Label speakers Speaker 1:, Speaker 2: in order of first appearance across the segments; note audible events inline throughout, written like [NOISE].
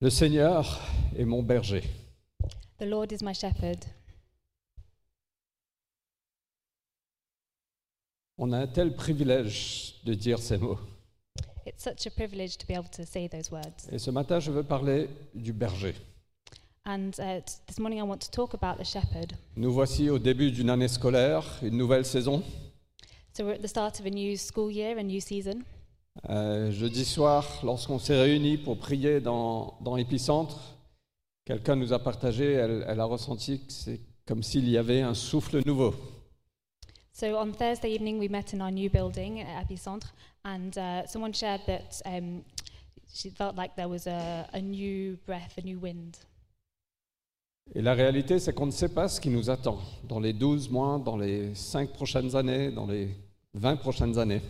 Speaker 1: Le Seigneur est mon berger.
Speaker 2: The Lord is my shepherd.
Speaker 1: On a un tel privilège de dire ces mots.
Speaker 2: It's such a privilege to be able to say those words.
Speaker 1: Et ce matin, je veux parler du berger.
Speaker 2: And uh, t- this morning I want to talk about the shepherd.
Speaker 1: Nous voici au début d'une année scolaire, une nouvelle saison.
Speaker 2: So we're at the start of a new school year, a new season.
Speaker 1: Euh, jeudi soir, lorsqu'on s'est réunis pour prier dans, dans Épicentre, quelqu'un nous a partagé, elle, elle a ressenti que c'est comme s'il y avait un souffle nouveau.
Speaker 2: So on Thursday evening we met in our new building at Epicentre, and uh, someone shared that um, she felt like there was a, a new breath, a new wind.
Speaker 1: Et la réalité, c'est qu'on ne sait pas ce qui nous attend dans les 12 mois, dans les 5 prochaines années, dans les 20 prochaines années.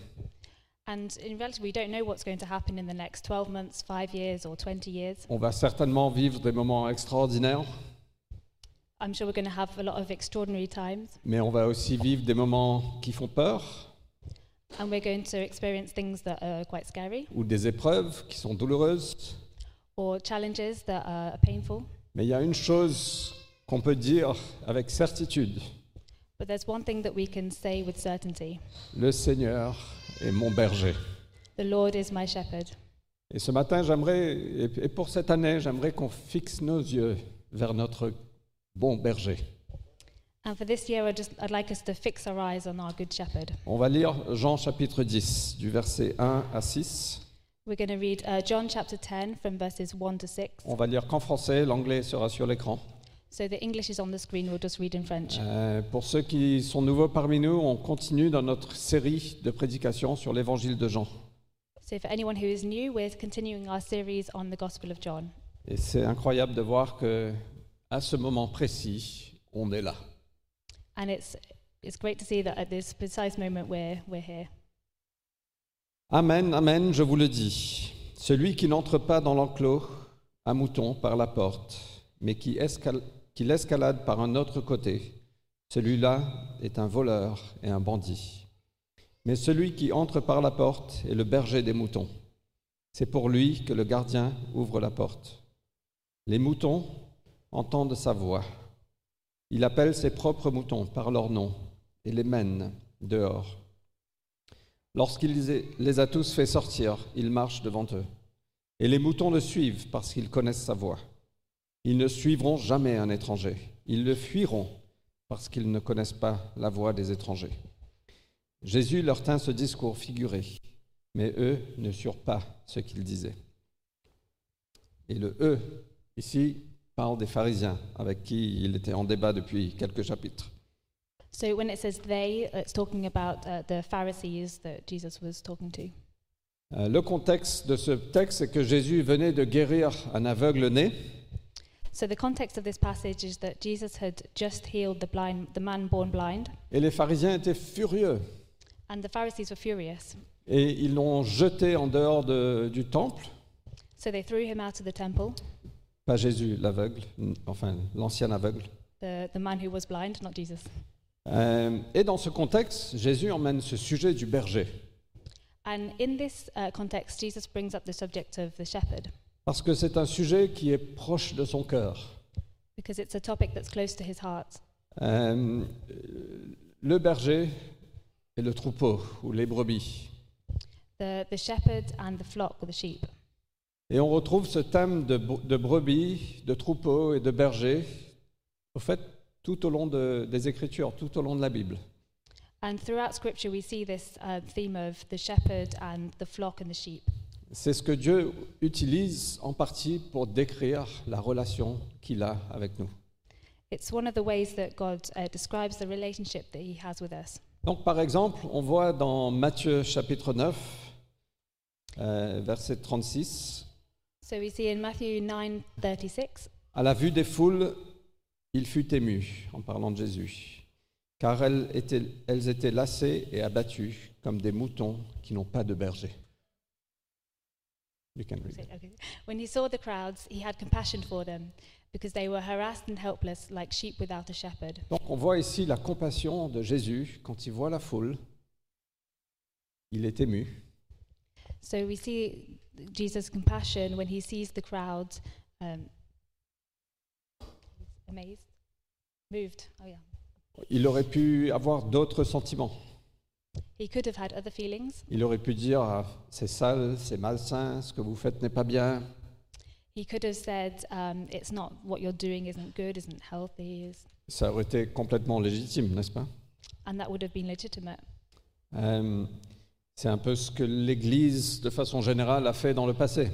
Speaker 2: And in reality, we don't know what's going to happen in the next 12 months, five years, or 20 years.
Speaker 1: On va certainement vivre des moments extraordinaires,
Speaker 2: I'm sure we're going to have a lot of extraordinary times,
Speaker 1: mais on va aussi vivre des moments qui font peur
Speaker 2: and we're going to experience things that are quite scary
Speaker 1: ou des épreuves qui sont douloureuses.
Speaker 2: or challenges that are painful.
Speaker 1: Mais il y a une chose qu'on peut dire avec certitude.
Speaker 2: But there's one thing that we can say with certainty
Speaker 1: Le Seigneur est mon berger.
Speaker 2: the Lord is my shepherd.
Speaker 1: Et ce matin, j'aimerais, et et pour cette année, j'aimerais qu'on fixe nos yeux vers notre bon berger.
Speaker 2: And for this year, I just, I'd like us to fix our eyes on our good shepherd.
Speaker 1: On va lire Jean chapitre 10, du verset 1 à 6.
Speaker 2: We're going to read uh, John chapter 10 from verses 1 to 6.
Speaker 1: On va lire qu'en français, l'anglais sera sur l'écran.
Speaker 2: So the English is on the screen, we'll just read in French.
Speaker 1: Euh, pour ceux qui sont nouveaux parmi nous, on continue dans notre série de prédications sur l'évangile de Jean.
Speaker 2: So for anyone who is new, we're continuing our series on the Gospel of John.
Speaker 1: Et c'est incroyable de voir que à ce moment précis, on est là.
Speaker 2: And it's, it's great to see that at this precise moment we're, we're here.
Speaker 1: Amen, amen, je vous le dis. Celui qui n'entre pas dans l'enclos, à mouton par la porte, mais qui, escal- qui l'escalade par un autre côté, celui-là est un voleur et un bandit. Mais celui qui entre par la porte est le berger des moutons. C'est pour lui que le gardien ouvre la porte. Les moutons entendent sa voix. Il appelle ses propres moutons par leur nom et les mène dehors. Lorsqu'il les a tous fait sortir, il marche devant eux. Et les moutons le suivent parce qu'ils connaissent sa voix. Ils ne suivront jamais un étranger. Ils le fuiront parce qu'ils ne connaissent pas la voix des étrangers. Jésus leur tint ce discours figuré, mais eux ne surent pas ce qu'il disait. Et le eux, ici, parle des pharisiens avec qui il était en débat depuis quelques chapitres.
Speaker 2: So when it says they, it's talking about uh, the Pharisees that Jesus was talking to.
Speaker 1: Euh, Le contexte de ce texte, c'est que Jésus venait de guérir un aveugle né.
Speaker 2: So the context of this passage is that Jesus had just healed the blind, the man born blind,
Speaker 1: Et les pharisiens étaient furieux.
Speaker 2: and the Pharisees were furious.
Speaker 1: Et ils l'ont jeté en dehors de- du temple.
Speaker 2: So they threw him out of the temple,
Speaker 1: Pas Jésus, l'aveugle, enfin l'ancien aveugle.
Speaker 2: the, the man who was blind, not Jesus.
Speaker 1: Euh, et dans ce contexte, Jésus emmène ce sujet du berger.
Speaker 2: And in this uh, context, Jesus brings up the subject of the shepherd
Speaker 1: Parce que c'est un sujet qui est proche de son cœur.
Speaker 2: because it's a topic that's close to his heart.
Speaker 1: Euh, le berger et le troupeau, ou les brebis.
Speaker 2: The, the shepherd and the flock or the sheep.
Speaker 1: Et on retrouve ce thème de, br- de brebis, de troupeau et de berger, au fait, tout au long de- des Écritures, tout au long de la Bible.
Speaker 2: And throughout Scripture, we see this uh, theme of the shepherd and the flock and the sheep.
Speaker 1: C'est ce que Dieu utilise en partie pour décrire la relation qu'il a avec nous.
Speaker 2: It's one of the ways that God uh, describes the relationship that he has with us.
Speaker 1: Donc par exemple, on voit dans Matthieu chapitre 9, euh, verset 36,
Speaker 2: So we see in Matthew 9:36,
Speaker 1: À la vue des foules, il fut ému en parlant de Jésus, car elles étaient, elles étaient lassées et abattues comme des moutons qui n'ont pas de berger. You can read.
Speaker 2: okay. when he saw the crowds, he had compassion for them because they were harassed and helpless like sheep without a shepherd.
Speaker 1: Donc on voit ici la compassion de Jésus quand il voit la foule. Il est ému.
Speaker 2: So we see Jesus' compassion when he sees the crowd um, amazed, moved. Oh, yeah.
Speaker 1: Il aurait pu avoir d'autres sentiments.
Speaker 2: He could have had other feelings.
Speaker 1: Il aurait pu dire Ah, c'est sale, c'est malsain, ce que vous faites n'est pas bien.
Speaker 2: He could have said, um, It's not what you're doing isn't good, isn't healthy, is,
Speaker 1: Ça aurait été complètement légitime, n'est-ce pas
Speaker 2: and that would have been legitimate.
Speaker 1: Euh, C'est un peu ce que l'Église, de façon générale, a fait dans le passé.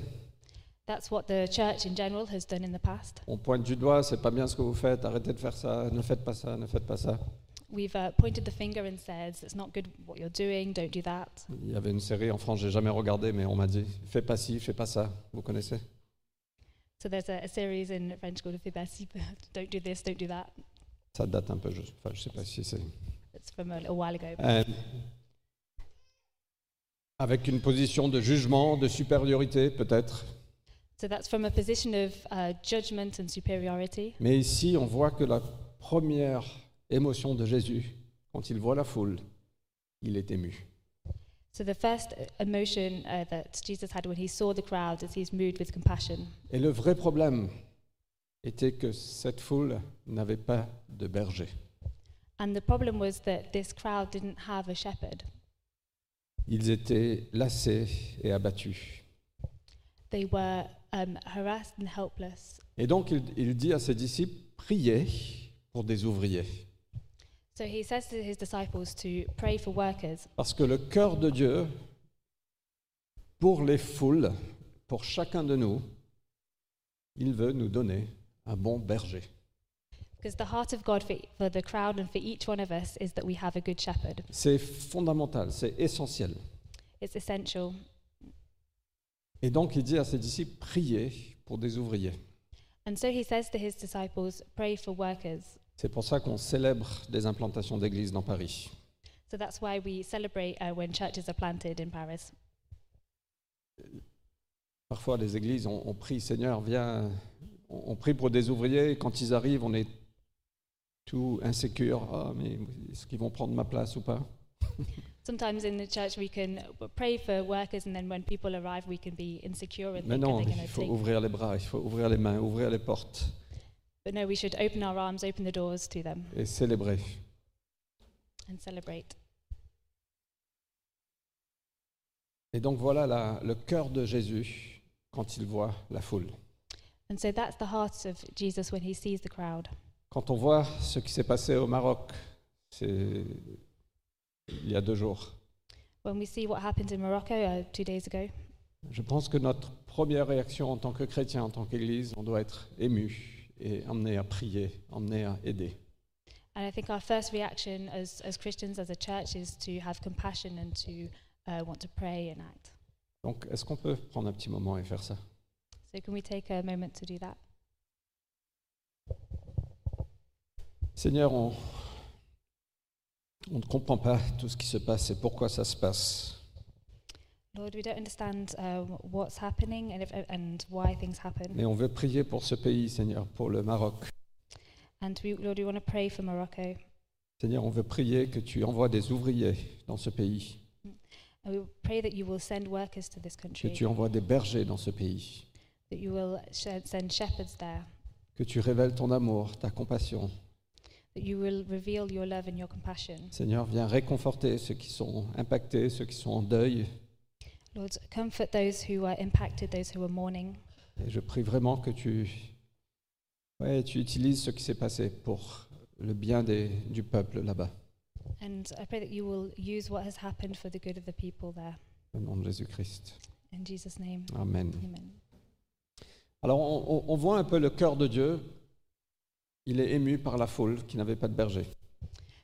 Speaker 2: That's what the church in general has done in the past.
Speaker 1: On pointe du doigt, c'est pas bien ce que vous faites, arrêtez de faire ça, ne faites pas ça, ne faites pas ça.
Speaker 2: We've uh, pointed the finger and said, It's not good what you're doing, don't do that.
Speaker 1: Il y avait une série en France, j'ai jamais regardé, mais on m'a dit fais pas ci, fais pas ça. Vous connaissez
Speaker 2: So there's a, a series in French called Fibesi, [LAUGHS] don't do this, don't do that.
Speaker 1: Ça date un peu, je, enfin, je sais pas si c'est.
Speaker 2: It's from a little while ago.
Speaker 1: Euh, avec une position de jugement, de supériorité peut-être.
Speaker 2: So that's from a position of uh, judgment and superiority.
Speaker 1: Mais ici, on voit que la première émotion de Jésus, quand il voit la foule, il est ému.
Speaker 2: So the first emotion uh, that Jesus had when he saw the crowd is he's moved with compassion.
Speaker 1: Et le vrai problème était que cette foule n'avait pas de berger.
Speaker 2: And the problem was that this crowd didn't have a shepherd.
Speaker 1: Ils étaient lassés et abattus.
Speaker 2: They were um, harassed and helpless.
Speaker 1: Et donc il, il dit à ses disciples, priez pour des ouvriers.
Speaker 2: So he says to his disciples to pray for workers
Speaker 1: Parce que le cœur de Dieu, pour les foules, pour chacun de nous, il veut nous donner un bon berger.
Speaker 2: because the heart of God for, for the crowd and for each one of us is that we have a good shepherd.
Speaker 1: C'est fondamental, c'est essentiel.
Speaker 2: It's essential.
Speaker 1: Et donc il dit à ses disciples, priez pour des ouvriers.
Speaker 2: And so he says to his disciples, pray for workers.
Speaker 1: C'est pour ça qu'on célèbre des implantations d'églises dans Paris.
Speaker 2: So that's why we celebrate uh, when churches are planted in Paris.
Speaker 1: Parfois, les églises, on, on prie, Seigneur, viens, on, on prie pour des ouvriers, et quand ils arrivent, on est tout insécure. Ah, mais est-ce qu'ils vont prendre ma place ou pas
Speaker 2: Sometimes in the church we can pray for workers, and then when people arrive, we can be insecure and
Speaker 1: Mais
Speaker 2: think, are
Speaker 1: non,
Speaker 2: they
Speaker 1: il
Speaker 2: going to
Speaker 1: faut
Speaker 2: take?
Speaker 1: ouvrir les bras, il faut ouvrir les mains, ouvrir les portes
Speaker 2: But no, we should open our arms, open the doors to them,
Speaker 1: et célébrer.
Speaker 2: and celebrate.
Speaker 1: Et donc voilà la- le cœur de Jésus quand il voit la foule.
Speaker 2: And so that's the heart of Jesus when he sees the crowd.
Speaker 1: Quand on voit ce qui s'est passé au Maroc, c'est il y a deux jours.
Speaker 2: When we see what happened in Morocco uh, two days ago,
Speaker 1: Je pense que notre première réaction en tant que chrétien, en tant qu'Église, on doit être ému et emmené à prier, emmené à aider.
Speaker 2: and I think our first reaction as, as Christians, as a church, is to have compassion and to uh, want to pray and act.
Speaker 1: Donc, est-ce qu'on peut prendre un petit moment et faire ça
Speaker 2: So can we take a moment to do that?
Speaker 1: Seigneur, on, on ne comprend pas tout ce qui se passe et pourquoi ça se passe.
Speaker 2: Lord, we don't understand um, what's happening and, if, and why things happen.
Speaker 1: Mais on veut prier pour ce pays, Seigneur, pour le Maroc.
Speaker 2: And we, Lord, we want to pray for Morocco.
Speaker 1: Seigneur, on veut prier que tu envoies des ouvriers dans ce pays,
Speaker 2: And we pray that you will send workers to this
Speaker 1: que
Speaker 2: country,
Speaker 1: tu envoies des bergers dans ce pays,
Speaker 2: that you will sh- send shepherds there,
Speaker 1: que tu révèles ton amour, ta compassion.
Speaker 2: that you will reveal your love and your compassion.
Speaker 1: Seigneur, viens réconforter ceux qui sont impactés, ceux qui sont en deuil.
Speaker 2: Lord, comfort those who are impacted, those who are mourning.
Speaker 1: Et je prie vraiment que tu, ouais, tu utilises ce qui s'est passé pour le bien des- du peuple là-bas.
Speaker 2: And I pray that you will use what has happened for the good of the people there.
Speaker 1: Au nom de Jésus-Christ.
Speaker 2: In Jesus' name,
Speaker 1: Amen.
Speaker 2: amen.
Speaker 1: Alors, on, on- on voit un peu le cœur de Dieu. Il est ému par la foule qui n'avait pas de berger.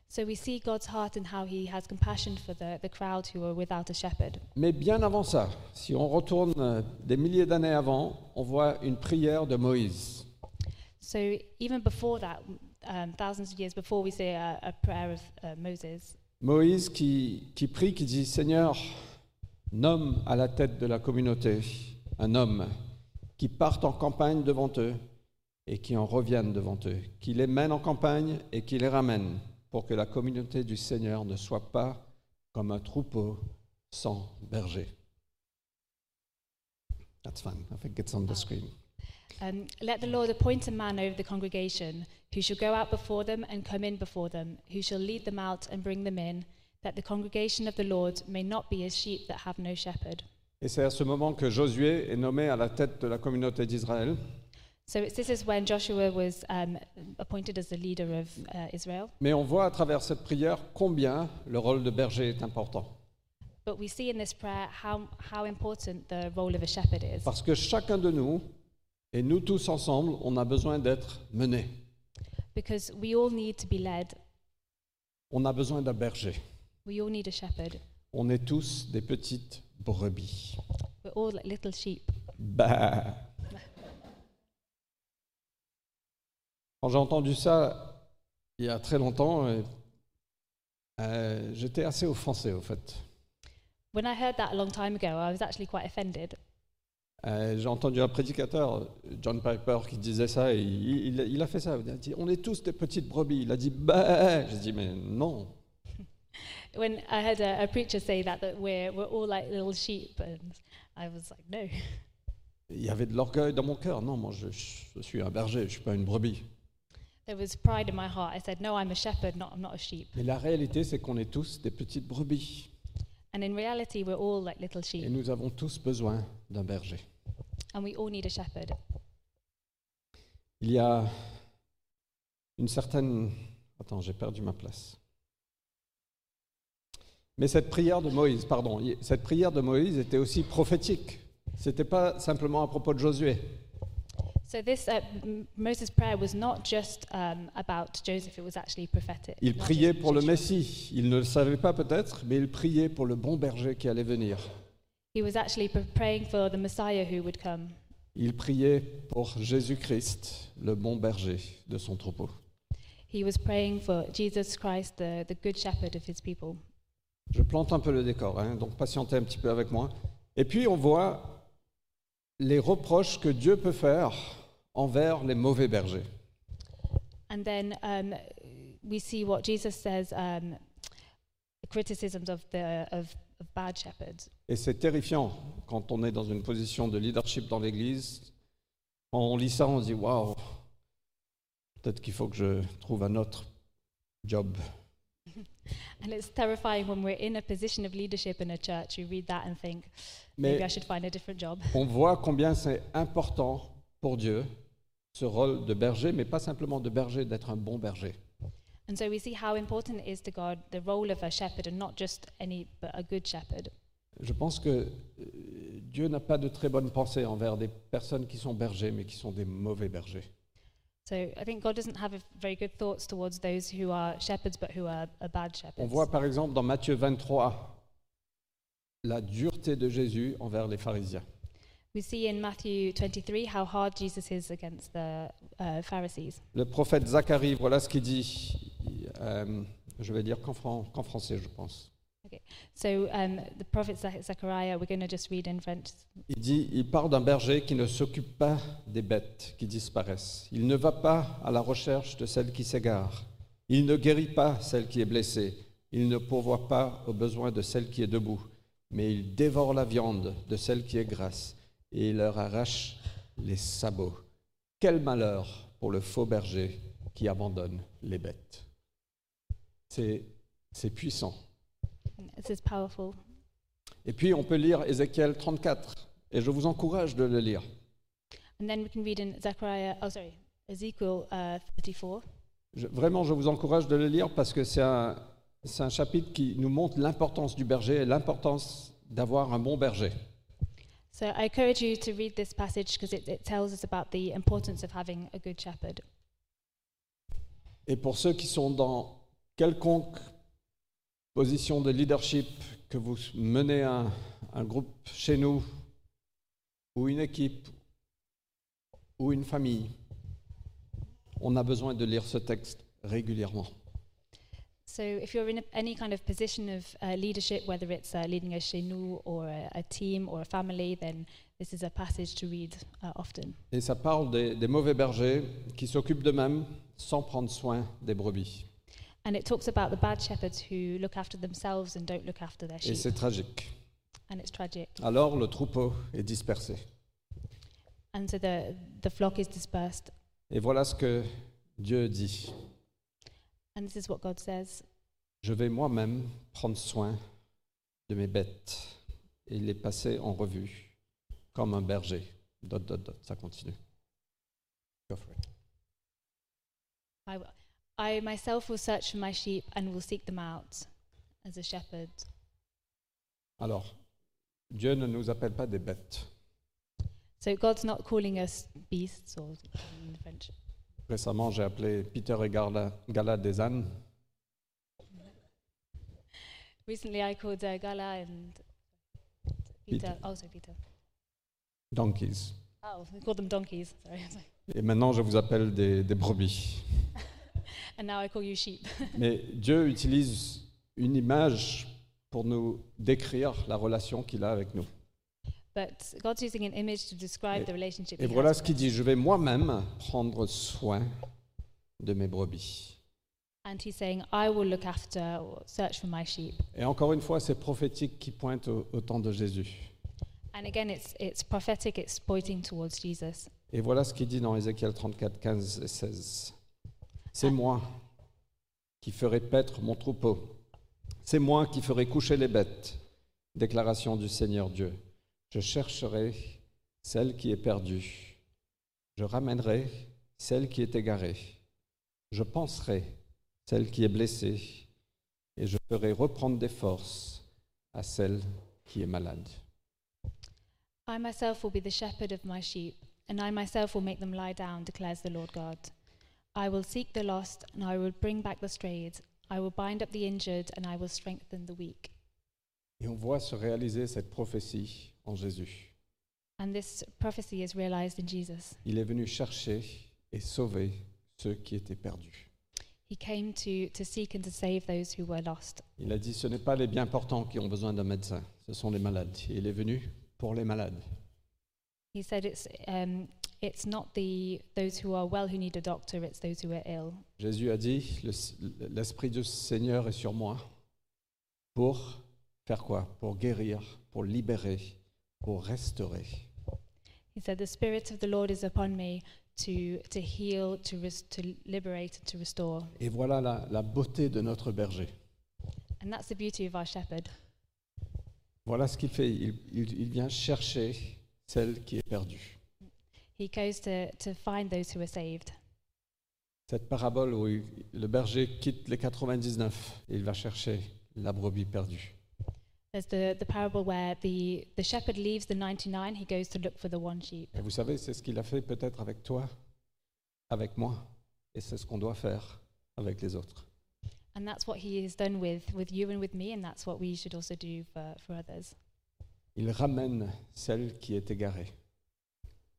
Speaker 2: So we see God's heart and how he has compassion for the, the crowd who are without a shepherd.
Speaker 1: Mais bien avant ça, si on retourne euh, des milliers d'années avant, on voit une prière de Moïse.
Speaker 2: So even before that, um, thousands of years before, we see a, a prayer of uh, Moses.
Speaker 1: Moïse qui, qui prie, qui dit Seigneur, nomme à la tête de la communauté un homme qui parte en campagne devant eux et qui en revienne devant eux, qui les mène en campagne et qui les ramène, pour que la communauté du Seigneur ne soit pas comme un troupeau sans berger. That's fine. I think it's on the screen.
Speaker 2: Um, Let the Lord appoint a man over the congregation, who shall go out before them and come in before them, who shall lead them out and bring them in, that the congregation of the Lord may not be as sheep that have no shepherd.
Speaker 1: Et c'est à ce moment que Josué est nommé à la tête de la communauté d'Israël.
Speaker 2: So it's, this is when Joshua was um, appointed as the leader of uh, Israel.
Speaker 1: Mais on voit à travers cette prière combien le rôle de berger est important.
Speaker 2: But we see in this prayer how, how important the role of a shepherd is.
Speaker 1: Parce que chacun de nous, et nous tous ensemble, on a besoin d'être menés.
Speaker 2: Because we all need to be led,
Speaker 1: On a besoin d'un berger.
Speaker 2: we all need a shepherd.
Speaker 1: On est tous des petites brebis.
Speaker 2: We're all like little sheep.
Speaker 1: Bah. Quand j'ai entendu ça il y a très longtemps, euh, euh, j'étais assez offensé au fait.
Speaker 2: When I heard that a long time ago, I was actually quite offended.
Speaker 1: Euh, j'ai entendu un prédicateur, John Piper, qui disait ça, et il, il- il a fait ça. Il a dit On est tous des petites brebis. Il a dit Bah J'ai dit Mais non.
Speaker 2: When I heard a, a preacher say that, that we're, we're all like little sheep, and I was like, no. [LAUGHS]
Speaker 1: Il y avait de l'orgueil dans mon cœur. Non, moi je, je suis un berger, je ne suis pas une brebis.
Speaker 2: There was pride in my heart. I said, no, I'm a shepherd, not, I'm not a sheep.
Speaker 1: Mais la réalité, c'est qu'on est tous des petites brebis.
Speaker 2: And in reality, we're all like little
Speaker 1: Et
Speaker 2: sheep,
Speaker 1: nous avons tous besoin d'un berger.
Speaker 2: and we all need a shepherd.
Speaker 1: Il y a une certaine... Attends, j'ai perdu ma place. Mais cette prière de Moïse, pardon, y- cette prière de Moïse était aussi prophétique. C'était pas simplement à propos de Josué.
Speaker 2: So this uh, M- Moses' prayer was not just um, about Joseph; it was actually prophetic.
Speaker 1: Il
Speaker 2: Not
Speaker 1: priait
Speaker 2: just
Speaker 1: pour le
Speaker 2: Joshua.
Speaker 1: Messie. Il ne le savait pas peut-être, mais il priait pour le bon berger qui allait venir.
Speaker 2: He was actually pr- praying for the Messiah who would come.
Speaker 1: Il priait pour Jésus-Christ, le bon berger de son troupeau.
Speaker 2: He was praying for Jesus Christ, the, the good shepherd of his people.
Speaker 1: Je plante un peu le décor, hein, donc patientez un petit peu avec moi. Et puis on voit les reproches que Dieu peut faire envers les mauvais bergers.
Speaker 2: And then um, we see what Jesus says um, criticisms of, the, of, of bad shepherds.
Speaker 1: Et c'est terrifiant quand on est dans une position de leadership dans l'Église. Quand on lit ça, on se dit waouh, peut-être qu'il faut que je trouve un autre job.
Speaker 2: And it's terrifying when we're in a position of leadership in a church, you read that and think, maybe
Speaker 1: Mais
Speaker 2: I should find a different job.
Speaker 1: on voit combien c'est important pour Dieu ce rôle de berger, mais pas simplement de berger, d'être un bon berger.
Speaker 2: And so we see how important it is to God the role of a shepherd and not just any, but a good shepherd.
Speaker 1: Je pense que euh, Dieu n'a pas de très bonne pensée envers des personnes qui sont bergers, mais qui sont des mauvais bergers.
Speaker 2: So I think God doesn't have a very good thoughts towards those who are shepherds but who are, are bad
Speaker 1: On
Speaker 2: shepherds.
Speaker 1: voit par exemple dans Matthieu 23 la dureté de Jésus envers les pharisiens.
Speaker 2: We see in Matthew 23 how hard Jesus is against the uh, Pharisees.
Speaker 1: Le prophète Zacharie, voilà ce qu'il dit. Euh, je vais dire qu'en fran- qu'en français, je pense.
Speaker 2: So um, the prophet Zach- Zechariah, we're going to just read in French.
Speaker 1: Il dit, il parle d'un berger qui ne s'occupe pas des bêtes qui disparaissent. Il ne va pas à la recherche de celle qui s'égare. Il ne guérit pas celle qui est blessée. Il ne pourvoit pas aux besoins de celle qui est debout. Mais il dévore la viande de celle qui est grasse et il leur arrache les sabots. Quel malheur pour le faux berger qui abandonne les bêtes. C'est c'est puissant.
Speaker 2: This is powerful.
Speaker 1: Et puis on peut lire Ézéchiel 34 et je vous encourage de le lire.
Speaker 2: And then we can read in Zechariah, oh, sorry, Ezekiel uh, 34.
Speaker 1: Je- vraiment, je vous encourage de le lire parce que c'est un, c'est un chapitre qui nous montre l'importance du berger et l'importance d'avoir un bon berger.
Speaker 2: So I encourage you to read this passage because it, it tells us about the importance of having a good shepherd.
Speaker 1: Et pour ceux qui sont dans quelconque position de leadership, que vous menez un, un groupe chez nous, ou une équipe, ou une famille, on a besoin de lire ce texte régulièrement.
Speaker 2: So if you're in a, any kind of position of uh, leadership, whether it's uh, leading a shenu or a, a team or a family, then this is a passage to read uh, often.
Speaker 1: Et ça parle des, des mauvais bergers qui s'occupent d'eux-mêmes sans prendre soin des brebis.
Speaker 2: And it talks about the bad shepherds who look after themselves and don't look after their
Speaker 1: Et
Speaker 2: sheep.
Speaker 1: c'est tragique.
Speaker 2: And it's tragic.
Speaker 1: Alors le troupeau est dispersé.
Speaker 2: and so the, the flock is dispersed.
Speaker 1: Et voilà ce que Dieu dit.
Speaker 2: And this is what God says
Speaker 1: Je vais moi-même prendre soin de mes bêtes et les passer en revue comme un berger. Dot, dot, dot. Ça continue. Go for it.
Speaker 2: I, will- I myself will search for my sheep and will seek them out as a shepherd.
Speaker 1: Alors, Dieu ne nous appelle pas des bêtes.
Speaker 2: So God's not calling us beasts or in French.
Speaker 1: Récemment, j'ai appelé Peter et Gala, Gala des ânes.
Speaker 2: Recently, I called uh, Gala and Peter,
Speaker 1: Peter.
Speaker 2: also Peter.
Speaker 1: Donkeys.
Speaker 2: Oh, we called them donkeys. Sorry. [LAUGHS]
Speaker 1: Et maintenant, je vous appelle des, des brebis.
Speaker 2: and now I call you sheep. [LAUGHS]
Speaker 1: Mais Dieu utilise une image pour nous décrire la relation qu'il a avec nous.
Speaker 2: But God's using an image to describe
Speaker 1: Et-
Speaker 2: the relationship.
Speaker 1: Et
Speaker 2: he
Speaker 1: voilà
Speaker 2: has
Speaker 1: ce
Speaker 2: with
Speaker 1: qu'il
Speaker 2: us.
Speaker 1: dit, je vais moi-même prendre soin de mes brebis.
Speaker 2: And he's saying, I will look after or search for my sheep.
Speaker 1: Et encore une fois, c'est prophétique qui pointe au, au temps de Jésus.
Speaker 2: And again, it's, it's prophetic, it's pointing towards Jesus.
Speaker 1: Et voilà ce qu'il dit dans Ézéchiel 34, 15 et 16. C'est moi qui ferai paître mon troupeau. C'est moi qui ferai coucher les bêtes. Déclaration du Seigneur Dieu. Je chercherai celle qui est perdue. Je ramènerai celle qui est égarée. Je penserai celle qui est blessée. Et je ferai reprendre des forces à celle qui est malade.
Speaker 2: I myself will be the shepherd of my sheep, and I myself will make them lie down, declares the Lord God. I will seek the lost, and I will bring back the strayed. I will bind up the injured, and I will strengthen the weak.
Speaker 1: Et on voit se réaliser cette prophétie en Jésus.
Speaker 2: And this prophecy is realized in Jesus.
Speaker 1: Il est venu chercher et sauver ceux qui étaient perdus.
Speaker 2: He came to, to seek and to save those who were lost.
Speaker 1: Il a dit, ce n'est pas les bien portants qui ont besoin d'un médecin, ce sont les malades. Et il est venu pour les malades.
Speaker 2: He said it's, um, it's not the, those who are well who need a doctor, it's those who are ill.
Speaker 1: Jésus a dit, Le- l'Esprit du Seigneur est sur moi pour faire quoi Pour guérir, pour libérer, pour restaurer.
Speaker 2: He said, The Spirit of the Lord is upon me to, to heal, to, res- to liberate, and to restore.
Speaker 1: Et voilà la, la beauté de notre berger.
Speaker 2: And that's the beauty of our shepherd.
Speaker 1: Voilà ce qu'il fait. Il- il- il vient chercher celle qui est perdue.
Speaker 2: He goes to, to find those who are saved.
Speaker 1: Cette parabole où il- le berger quitte les 99 et il va chercher la brebis perdue.
Speaker 2: There's the, the parable where the, the shepherd leaves the 99, he goes to look for the one sheep.
Speaker 1: Et vous savez, c'est ce qu'il a fait peut-être avec toi, avec moi, et c'est ce qu'on doit faire avec les autres.
Speaker 2: And that's what he has done with, with you and with me, and that's what we should also do for, for others.
Speaker 1: Il ramène celle qui est égarée.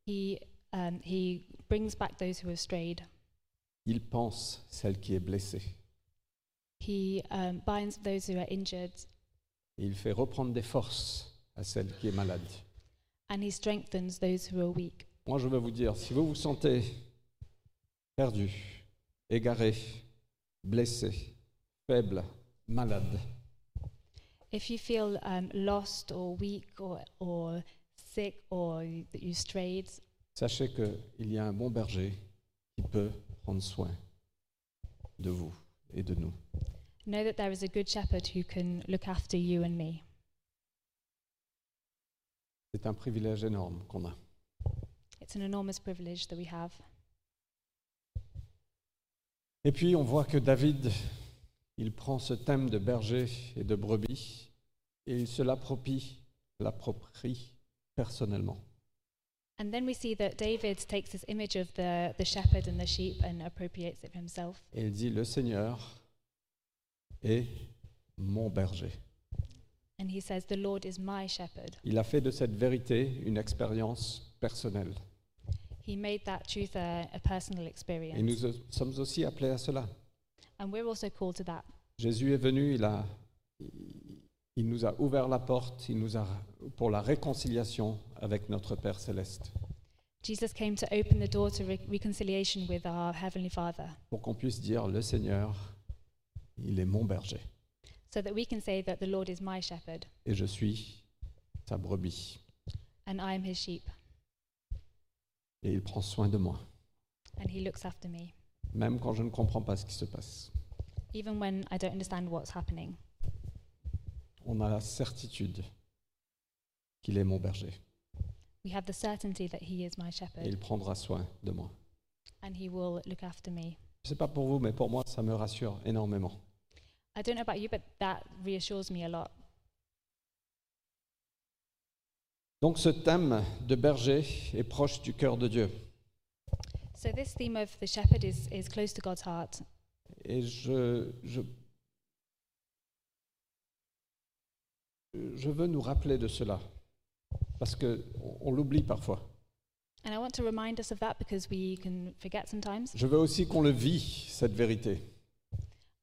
Speaker 2: He, um, he brings back those who have strayed,
Speaker 1: Il pense celle qui est blessée.
Speaker 2: he um, binds those who are injured,
Speaker 1: Et il fait reprendre des forces à celle qui est malade.
Speaker 2: and he strengthens those who are weak.
Speaker 1: Moi, je veux vous dire, si vous vous sentez perdu, égaré, blessé, faible, malade,
Speaker 2: If you feel um, lost or weak or, or sick or you- that you strayed,
Speaker 1: Sachez qu'il y a un bon berger qui peut prendre soin de vous et de nous.
Speaker 2: know that there is a good shepherd who can look after you and me.
Speaker 1: C'est un privilège énorme qu'on a.
Speaker 2: It's an enormous privilege that we have.
Speaker 1: Et puis on voit que David, il prend ce thème de berger et de brebis et il se l'approprie, l'approprie personnellement.
Speaker 2: And then we see that David takes this image of the, the shepherd and the sheep and appropriates it for himself.
Speaker 1: Et il dit, le Seigneur est mon berger.
Speaker 2: And he says, The Lord is my shepherd.
Speaker 1: Il a fait de cette vérité une expérience personnelle.
Speaker 2: He made that truth a, a personal
Speaker 1: Et
Speaker 2: experience.
Speaker 1: nous sommes aussi appelés à cela.
Speaker 2: And we're also called to that.
Speaker 1: Jésus est venu, il, a, il nous a ouvert la porte il nous a, pour la réconciliation avec notre Père céleste,
Speaker 2: Jesus came to open the door to re- reconciliation with our Heavenly Father
Speaker 1: pour qu'on puisse dire, le Seigneur, il est mon berger,
Speaker 2: so that we can say that the Lord is my shepherd
Speaker 1: et je suis sa brebis.
Speaker 2: and I am his sheep.
Speaker 1: et il prend soin de moi,
Speaker 2: and he looks after me,
Speaker 1: même quand je ne comprends pas ce qui se passe.
Speaker 2: even when I don't understand what's happening.
Speaker 1: On a la certitude qu'il est mon berger
Speaker 2: We have the certainty that he is my shepherd,
Speaker 1: et il prendra soin de moi.
Speaker 2: and he will look after me.
Speaker 1: Je sais pas pour vous, mais pour moi, ça me rassure énormément.
Speaker 2: I don't know about you, but that reassures me a lot.
Speaker 1: Donc ce thème de berger est proche du cœur de Dieu.
Speaker 2: So this theme of the shepherd is, is close to God's heart.
Speaker 1: Et je, je, je veux nous rappeler de cela, parce qu'on on, l'oublie parfois.
Speaker 2: And I want to remind us of that because we can forget sometimes.
Speaker 1: Je veux aussi qu'on le vit, cette vérité.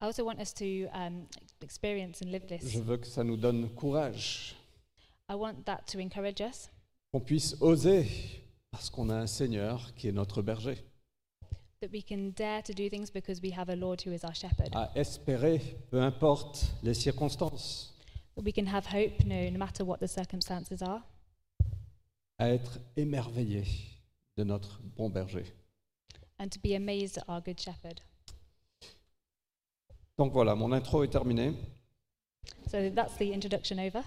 Speaker 2: I also want us to um, experience and live this.
Speaker 1: Je veux que ça nous donne courage,
Speaker 2: I want that to encourage us,
Speaker 1: qu'on puisse oser, parce qu'on a un Seigneur qui est notre berger,
Speaker 2: that we can dare to do things because we have a Lord who is our shepherd.
Speaker 1: à espérer, peu importe les circonstances,
Speaker 2: That we can have hope no, no matter what the circumstances are,
Speaker 1: à être émerveillé de notre bon berger.
Speaker 2: and to be amazed at our good shepherd.
Speaker 1: Donc voilà, mon intro est terminée.
Speaker 2: So that's the introduction over,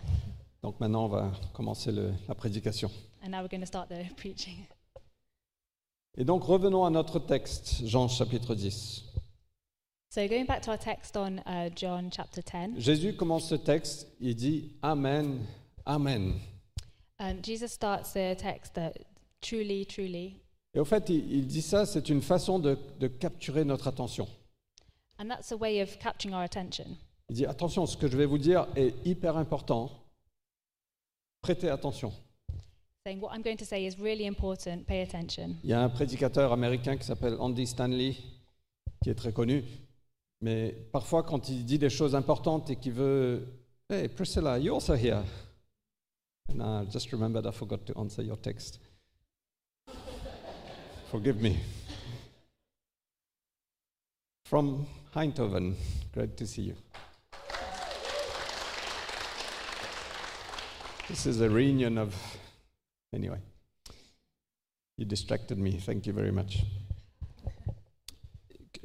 Speaker 1: Donc maintenant, on va commencer le- la prédication.
Speaker 2: and now we're going to start the [LAUGHS] preaching.
Speaker 1: Et donc revenons à notre texte, Jean chapitre 10.
Speaker 2: So going back to our text on uh, John chapter 10,
Speaker 1: Jésus commence ce texte, il dit Amen, Amen.
Speaker 2: um, Jesus starts the text that truly, truly,
Speaker 1: Et au fait, il, il dit ça, c'est une façon de, de capturer notre attention.
Speaker 2: and that's a way of capturing our attention.
Speaker 1: Il dit Attention, ce que je vais vous dire est hyper important. Prêtez attention.
Speaker 2: Saying what I'm going to say is really important. Pay attention.
Speaker 1: Il y a un prédicateur américain qui s'appelle Andy Stanley, qui est très connu. Mais parfois, quand il dit des choses importantes et qu'il veut. Hey, Priscilla, you also here. And I just remembered I forgot to answer your text. Forgive me. From Eindhoven, great to see you. This is a reunion of. Anyway. You distracted me. Thank you very much.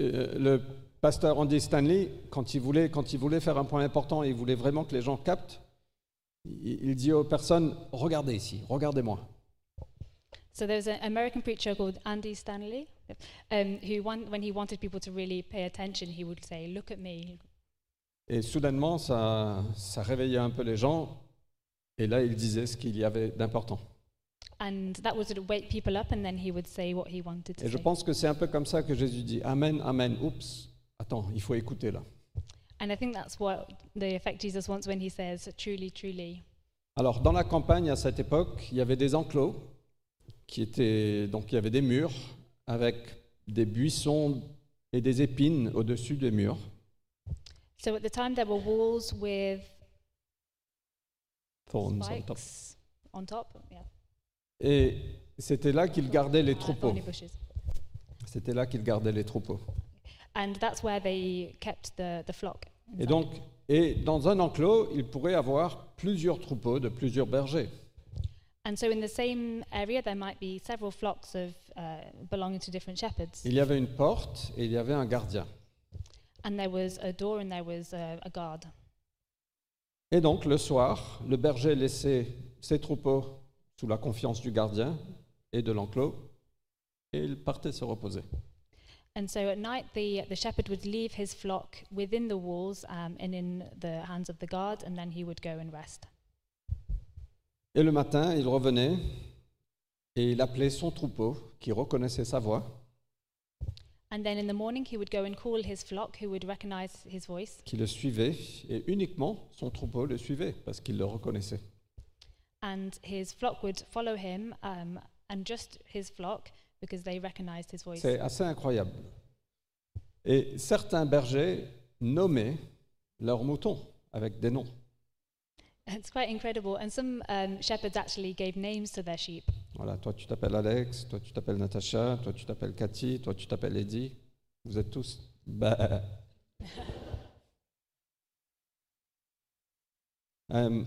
Speaker 1: Euh, Le pasteur Andy Stanley, quand il voulait, quand il voulait faire un point important et il voulait vraiment que les gens captent, il il dit aux personnes Regardez ici, regardez-moi.
Speaker 2: So there was an American preacher called Andy Stanley, um, who wan- when he wanted people to really pay attention, he would say, "Look at me."
Speaker 1: Et soudainement, ça, ça réveillait un peu les gens. Et là, il disait ce qu'il y avait d'important.
Speaker 2: And that would sort of wake people up, and then he would say what he wanted to
Speaker 1: Et je
Speaker 2: say.
Speaker 1: pense que c'est un peu comme ça que Jésus dit Amen, Amen. Oups, attends, il faut écouter là.
Speaker 2: And I think that's what the effect Jesus wants when he says, "Truly, truly."
Speaker 1: Alors, dans la campagne à cette époque, il y avait des enclos qui étaient. Donc, il y avait des murs avec des buissons et des épines au-dessus des murs.
Speaker 2: So at the time, there were walls with
Speaker 1: Thorns on top.
Speaker 2: spikes on top. Yeah.
Speaker 1: Et c'était là qu'ils gardaient les
Speaker 2: Uh,
Speaker 1: troupeaux.
Speaker 2: thorny bushes.
Speaker 1: C'était là qu'ils gardaient les troupeaux.
Speaker 2: And that's where they kept the the flock.
Speaker 1: Et
Speaker 2: inside.
Speaker 1: donc, et dans un enclos, ils pourraient avoir plusieurs troupeaux de plusieurs bergers.
Speaker 2: And so, in the same area, there might be several flocks of uh, belonging to different shepherds.
Speaker 1: Il y avait une porte et il y avait un gardien.
Speaker 2: And there was a door, and there was a, a guard.
Speaker 1: Et donc, le soir, le berger laissait ses troupeaux sous la confiance du gardien et de l'enclos, et il partait se reposer.
Speaker 2: And so, at night, the the shepherd would leave his flock within the walls um, and in the hands of the guard, and then he would go and rest.
Speaker 1: Et le matin, il revenait, et il appelait son troupeau, qui reconnaissait sa voix,
Speaker 2: And then in the morning, he would go and call his flock, who would recognize his voice.
Speaker 1: qui le suivait, et uniquement son troupeau le suivait, parce qu'il le reconnaissait.
Speaker 2: and his flock would follow him, um, and just his flock because they recognized his voice.
Speaker 1: C'est assez incroyable. Et certains bergers nommaient leurs moutons avec des noms.
Speaker 2: It's quite incredible. And some um, shepherds actually gave names to their sheep.
Speaker 1: Voilà, toi tu t'appelles Alex, toi tu t'appelles Natacha, toi tu t'appelles Cathy, toi tu t'appelles Eddie. Vous êtes tous. Bah. [LAUGHS] Euh,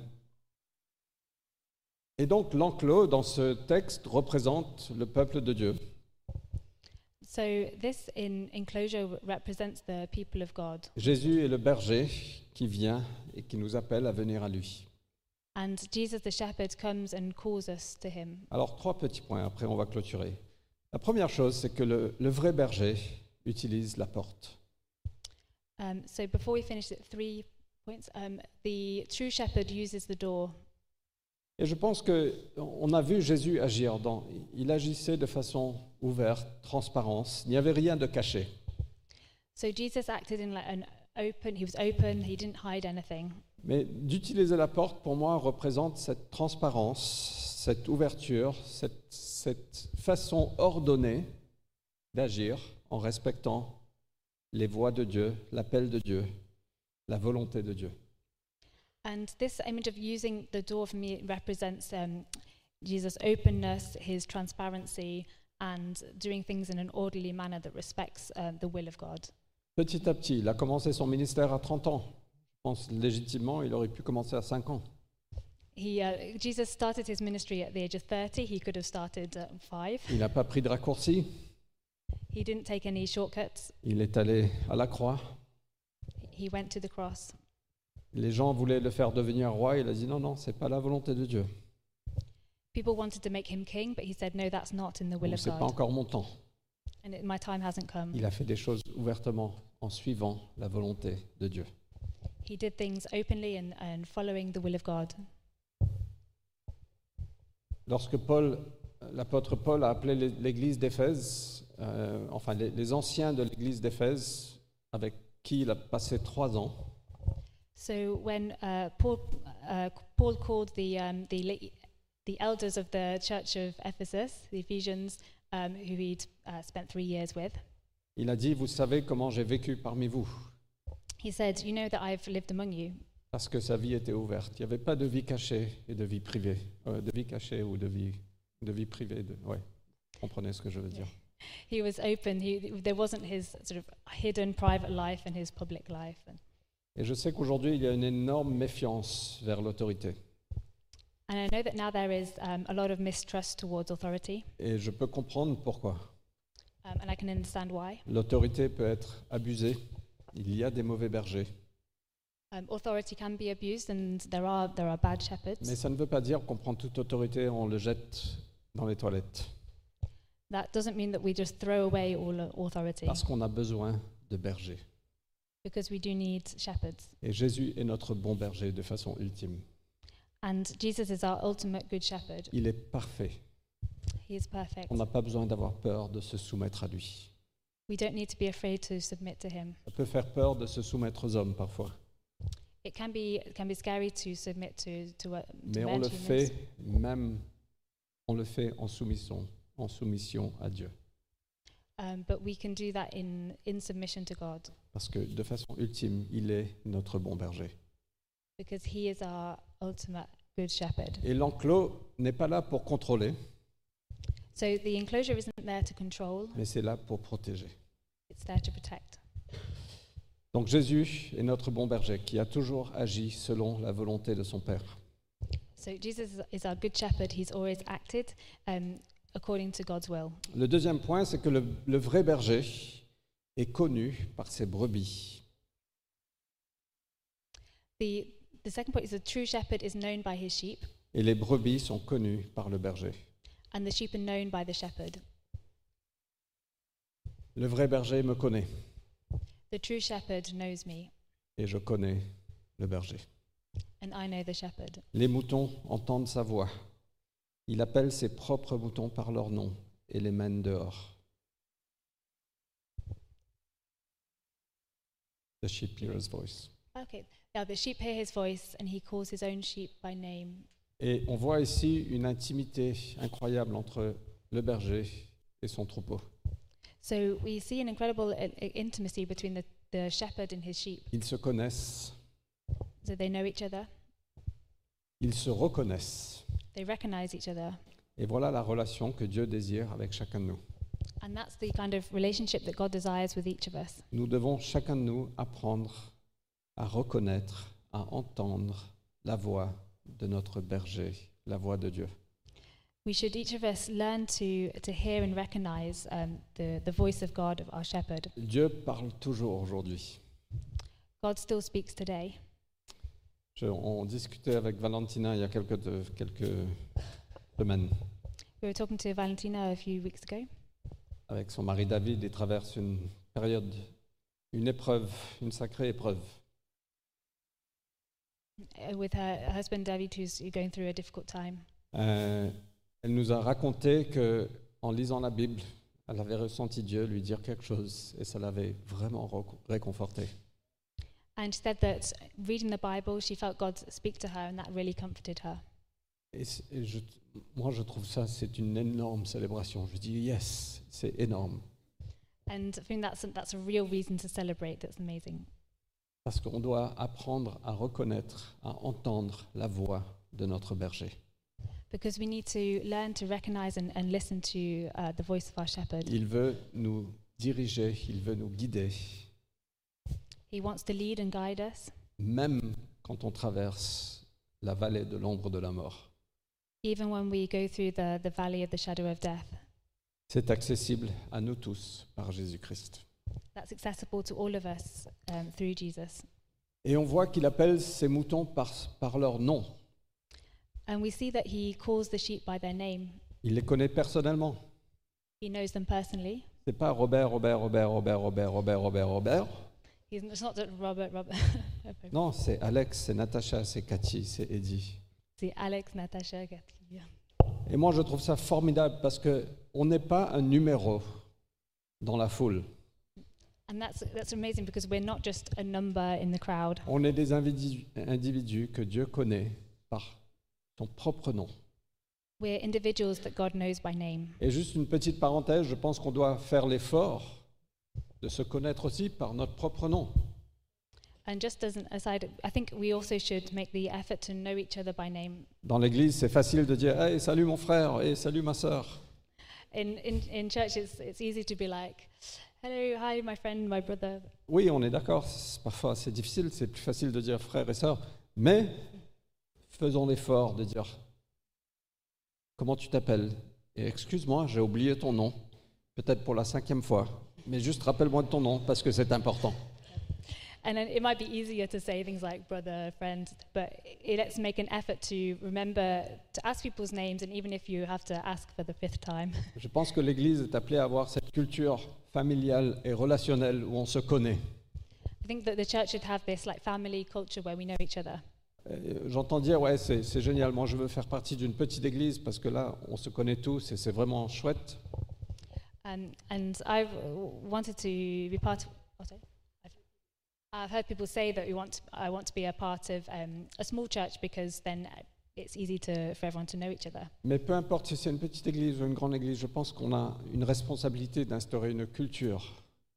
Speaker 1: Et donc l'enclos dans ce texte représente le peuple de Dieu.
Speaker 2: So this in enclosure represents the people of God,
Speaker 1: Jésus est le berger qui vient et qui nous appelle à venir à lui.
Speaker 2: and Jesus the shepherd comes and calls us to him.
Speaker 1: Alors trois petits points, après on va clôturer. La première chose, c'est que le, le vrai berger utilise la porte.
Speaker 2: Um, so before we finish at three points, um, the true shepherd uses the door.
Speaker 1: Et je pense que on a vu Jésus agir. Dans, il agissait de façon ouverte, transparence. Il n'y avait rien de caché.
Speaker 2: So Jesus acted in like an open. He was open. He didn't hide anything.
Speaker 1: Mais d'utiliser la porte, pour moi, représente cette transparence, cette ouverture, cette, cette façon ordonnée d'agir en respectant les voies de Dieu, l'appel de Dieu, la volonté de Dieu.
Speaker 2: And this image of using the door for me represents um, Jesus' openness, his transparency, and doing things in an orderly manner that respects uh, the will of God.
Speaker 1: Petit à petit, il a commencé son ministère à 30 ans. Je pense légitimement, il aurait pu commencer à 5 ans.
Speaker 2: He, uh, Jesus started his ministry at the age of 30. He could have started at five.
Speaker 1: Il n'a pas pris de raccourci.
Speaker 2: He didn't take any shortcuts.
Speaker 1: Il est allé à la croix.
Speaker 2: He went to the cross.
Speaker 1: Les gens voulaient le faire devenir roi. Il a dit non, non, c'est pas la volonté de Dieu.
Speaker 2: People wanted to make him king, but he said, No, that's not in the will
Speaker 1: Bon,
Speaker 2: of
Speaker 1: C'est pas
Speaker 2: God.
Speaker 1: encore mon temps.
Speaker 2: And it, my time hasn't come.
Speaker 1: Il a fait des choses ouvertement en suivant la volonté de Dieu.
Speaker 2: He did things openly and, and following the will of God.
Speaker 1: Lorsque Paul, l'apôtre Paul a appelé l'é- l'église d'Éphèse, euh, enfin les, les anciens de l'église d'Éphèse, avec qui il a passé trois ans,
Speaker 2: So when uh, Paul, uh, Paul called the, um, the, le- the elders of the church of Ephesus, the Ephesians, um, who he'd uh, spent three years with,
Speaker 1: il a dit, vous savez comment j'ai vécu parmi vous,
Speaker 2: he said, You know that I've lived among you.
Speaker 1: parce que sa vie était ouverte. Il n'y avait pas de vie cachée et de vie privée, Euh, de vie cachée ou de vie, de vie privée. De, ouais, vous comprenez ce que je veux dire.
Speaker 2: He was open. He, there wasn't his sort of hidden private life and his public life. And,
Speaker 1: Et je sais qu'aujourd'hui, il y a une énorme méfiance vers l'autorité.
Speaker 2: and I know that now there is um, a lot of mistrust towards authority,
Speaker 1: Et je peux comprendre pourquoi.
Speaker 2: um, and I can understand why.
Speaker 1: L'autorité peut être abusée. Il y a des mauvais bergers.
Speaker 2: Um, authority can be abused, and there are, there are bad shepherds.
Speaker 1: Mais ça ne veut pas dire qu'on prend toute autorité et on le jette dans les toilettes.
Speaker 2: That doesn't mean that we just throw away all uh, authority,
Speaker 1: Parce qu'on a besoin de bergers.
Speaker 2: because we do need shepherds.
Speaker 1: Et Jésus est notre bon berger de façon ultime.
Speaker 2: And Jesus is our ultimate good shepherd.
Speaker 1: Il est parfait.
Speaker 2: He is perfect.
Speaker 1: On n'a pas besoin d'avoir peur de se soumettre à lui.
Speaker 2: We don't need to be afraid to submit to him.
Speaker 1: Ça peut faire peur de se soumettre aux hommes parfois.
Speaker 2: It can be it can be scary to submit to to, uh, to
Speaker 1: Mais on
Speaker 2: men,
Speaker 1: le
Speaker 2: humans,
Speaker 1: fait même, on le fait en soumission, en soumission à Dieu.
Speaker 2: um, but we can do that in in submission to God
Speaker 1: Parce que de façon ultime, il est notre bon berger.
Speaker 2: because He is our ultimate good shepherd.
Speaker 1: Et l'enclos n'est pas là pour contrôler,
Speaker 2: So the enclosure isn't there to control;
Speaker 1: mais c'est là pour protéger.
Speaker 2: it's there to protect.
Speaker 1: Donc Jésus est notre bon berger qui a toujours agi selon la volonté de son Père.
Speaker 2: So Jesus is- is our good shepherd. He's always acted um, according to God's will.
Speaker 1: Le deuxième point, c'est que le, le vrai berger est connu par ses brebis.
Speaker 2: The the second point is the true shepherd is known by his sheep,
Speaker 1: Et les brebis sont connues par le berger.
Speaker 2: and the sheep are known by the shepherd.
Speaker 1: Le vrai berger me connaît
Speaker 2: The true shepherd knows me,
Speaker 1: et je connais le berger.
Speaker 2: and I know the shepherd.
Speaker 1: Les moutons entendent sa voix. Il appelle ses propres moutons par leur nom et les mène dehors. The sheep hear his voice.
Speaker 2: Okay. Now the sheep hear his voice, and he calls his own sheep by name.
Speaker 1: Et on voit ici une intimité incroyable entre le berger et son troupeau.
Speaker 2: So we see an incredible uh, uh, intimacy between the, the shepherd and his sheep.
Speaker 1: Ils se connaissent,
Speaker 2: So they know each other,
Speaker 1: ils se reconnaissent.
Speaker 2: they recognize each other,
Speaker 1: Et voilà la relation que Dieu désire avec chacun de nous.
Speaker 2: and that's the kind of relationship that God desires with each of us.
Speaker 1: Nous devons chacun de nous apprendre à reconnaître, à entendre la voix de notre berger, la voix de Dieu.
Speaker 2: We should each of us learn to, to hear and recognize um, the, the voice of God, of our shepherd.
Speaker 1: Dieu parle toujours aujourd'hui.
Speaker 2: God still speaks today.
Speaker 1: Je- on discutait avec Valentina il y a quelques, de- quelques semaines
Speaker 2: We were talking to Valentina a few weeks ago.
Speaker 1: avec son mari David. Il traverse une période, une épreuve, une sacrée épreuve.
Speaker 2: uh, with her her husband David, who's going through a difficult time.
Speaker 1: Euh, elle nous a raconté que, en lisant la Bible, elle avait ressenti Dieu lui dire quelque chose et ça l'avait vraiment reco- réconfortée.
Speaker 2: And she said that reading the Bible, she felt God speak to her, and that really comforted her.
Speaker 1: Et, c- et je- moi, je trouve ça, c'est une énorme célébration. Je dis yes, c'est énorme.
Speaker 2: And I think that's a, that's a real reason to celebrate. That's amazing
Speaker 1: Parce qu'on doit apprendre à reconnaître, à entendre la voix de notre berger.
Speaker 2: because we need to learn to recognize and, and listen to uh, the voice of our shepherd.
Speaker 1: Il veut nous diriger, il veut nous guider,
Speaker 2: He wants to lead and guide us,
Speaker 1: même quand on traverse la vallée de l'ombre de la mort.
Speaker 2: even when we go through the, the valley of the shadow of death.
Speaker 1: C'est accessible à nous tous par Jésus-Christ.
Speaker 2: That's accessible to all of us um, through Jesus.
Speaker 1: Et on voit qu'il appelle ses moutons par, par leur nom.
Speaker 2: And we see that he calls the sheep by their name.
Speaker 1: Il les connaît personnellement.
Speaker 2: He knows them personally.
Speaker 1: C'est pas Robert, Robert, Robert, Robert, Robert, Robert, Robert, Robert.
Speaker 2: He's, it's not that Robert, Robert. [LAUGHS] Okay.
Speaker 1: Non, c'est Alex, c'est Natacha, c'est Cathy, c'est Eddie.
Speaker 2: C'est Alex, Natasha, Gatlin.
Speaker 1: Et moi, je trouve ça formidable parce que on n'est pas un numéro dans la foule.
Speaker 2: And that's, that's amazing because we're not just a number in the crowd.
Speaker 1: On est des individu- individus que Dieu connaît par son propre nom.
Speaker 2: We're individuals that God knows by name.
Speaker 1: Et juste une petite parenthèse, je pense qu'on doit faire l'effort de se connaître aussi par notre propre nom.
Speaker 2: And just as an aside, I think we also should make the effort to know each other by name.
Speaker 1: Dans l'église, c'est facile de dire Hey, salut mon frère, hey, salut ma sœur.
Speaker 2: In, in, in church, it's, it's easy to be like, hello, hi, my friend, my brother.
Speaker 1: Oui, on est d'accord, c'est- parfois c'est difficile, c'est plus facile de dire frère et sœur, mais faisons l'effort de dire comment tu t'appelles Et excuse-moi, j'ai oublié ton nom, peut-être pour la cinquième fois, mais juste rappelle-moi de ton nom parce que c'est important.
Speaker 2: And then it might be easier to say things like brother, friend, but it, let's make an effort to remember to ask people's names, and even if you have to ask for the fifth time. [LAUGHS]
Speaker 1: Je pense que l'Église est appelée à avoir cette culture familiale et relationnelle où on se connaît.
Speaker 2: I think that the church should have this like family culture where we know each other.
Speaker 1: Euh, J'entends dire, ouais, c'est c'est génial, moi je veux faire partie d'une petite église parce que là, on se connaît tous et c'est vraiment chouette.
Speaker 2: Um, and I've uh, wanted to be part of. oh, sorry. I've, I've heard people say that we want. To, I want to be a part of um, a small church because then uh, it's easy to for everyone to know each other.
Speaker 1: Mais peu importe si c'est une petite église ou une grande église, je pense qu'on a une responsabilité d'instaurer une culture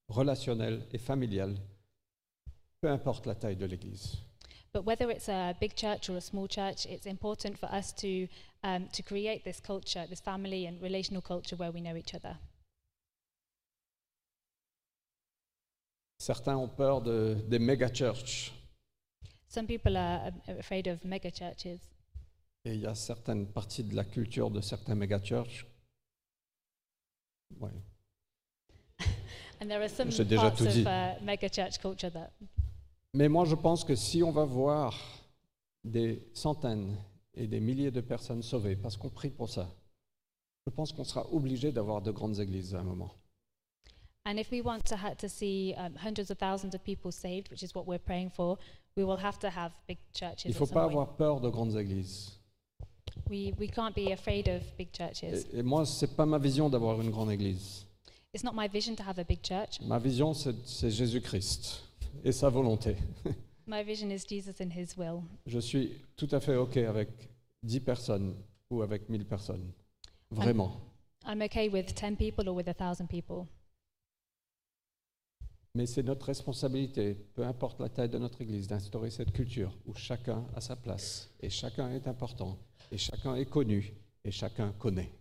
Speaker 1: relationnelle et familiale, peu importe la taille de l'église.
Speaker 2: But whether it's a big church or a small church, it's important for us to um, to create this culture, this family and relational culture where we know each other.
Speaker 1: Certains ont peur de, des méga-churches
Speaker 2: Some people are um, afraid of mega churches,
Speaker 1: et il y a certaines parties de la culture de certains méga-churches. Ouais.
Speaker 2: and there are some
Speaker 1: J'ai déjà
Speaker 2: parts
Speaker 1: tout dit.
Speaker 2: of uh, mega church culture that
Speaker 1: Mais moi, je pense que si on va voir des centaines et des milliers de personnes sauvées, parce qu'on prie pour ça, je pense qu'on sera obligé d'avoir de grandes églises à un moment.
Speaker 2: And if we want to ha- to see um, hundreds of thousands of people saved, which is what we're praying for, we will have to have big churches.
Speaker 1: Il ne faut
Speaker 2: at some
Speaker 1: pas
Speaker 2: point.
Speaker 1: avoir peur de grandes églises.
Speaker 2: We we can't be afraid of big churches.
Speaker 1: Et, et moi, ce n'est pas ma vision d'avoir une grande église.
Speaker 2: It's not my vision to have a big church.
Speaker 1: Ma vision, c'est c'est Jésus-Christ et sa volonté. [LAUGHS]
Speaker 2: My vision is Jesus and His will.
Speaker 1: Je suis tout à fait OK avec 10 personnes ou avec 1000 personnes. Vraiment.
Speaker 2: I'm okay with ten people or with a thousand people,
Speaker 1: Mais c'est notre responsabilité, peu importe la taille de notre Église, d'instaurer cette culture où chacun a sa place et chacun est important et chacun est connu et chacun connaît.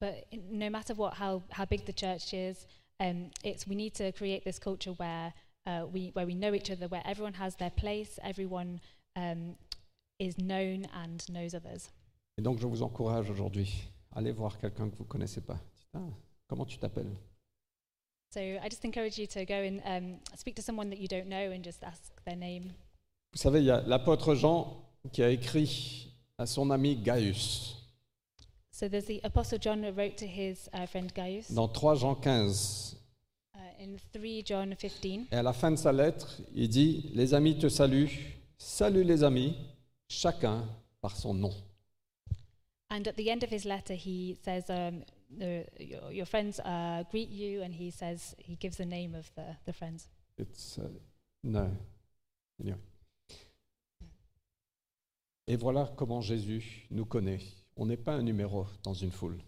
Speaker 2: but in- no matter what, how how big the church is, um, it's we need to create this culture where uh, we where we know each other, where everyone has their place, everyone um, is known and knows others.
Speaker 1: Et donc je vous encourage aujourd'hui, allez voir quelqu'un que vous ne connaissez pas. Dites, Ah, comment tu t'appelles
Speaker 2: So I just encourage you to go and um, speak to someone that you don't know and just ask their name.
Speaker 1: Vous savez, il y a l'apôtre Jean qui a écrit à son ami Gaius,
Speaker 2: So there's the Apostle John who wrote to his uh, friend Gaius
Speaker 1: dans 3 Jean 15.
Speaker 2: uh, in 3 John 15.
Speaker 1: Et à la fin de sa lettre, il dit, Les amis te saluent, salut les amis, chacun par son nom.
Speaker 2: And at the end of his letter, he says, um, the, your, your friends uh, greet you, and he says, he gives the name of the, the friends.
Speaker 1: It's, uh, no. Anyway. Et voilà comment Jésus nous connaît. On n'est pas un numéro dans une foule.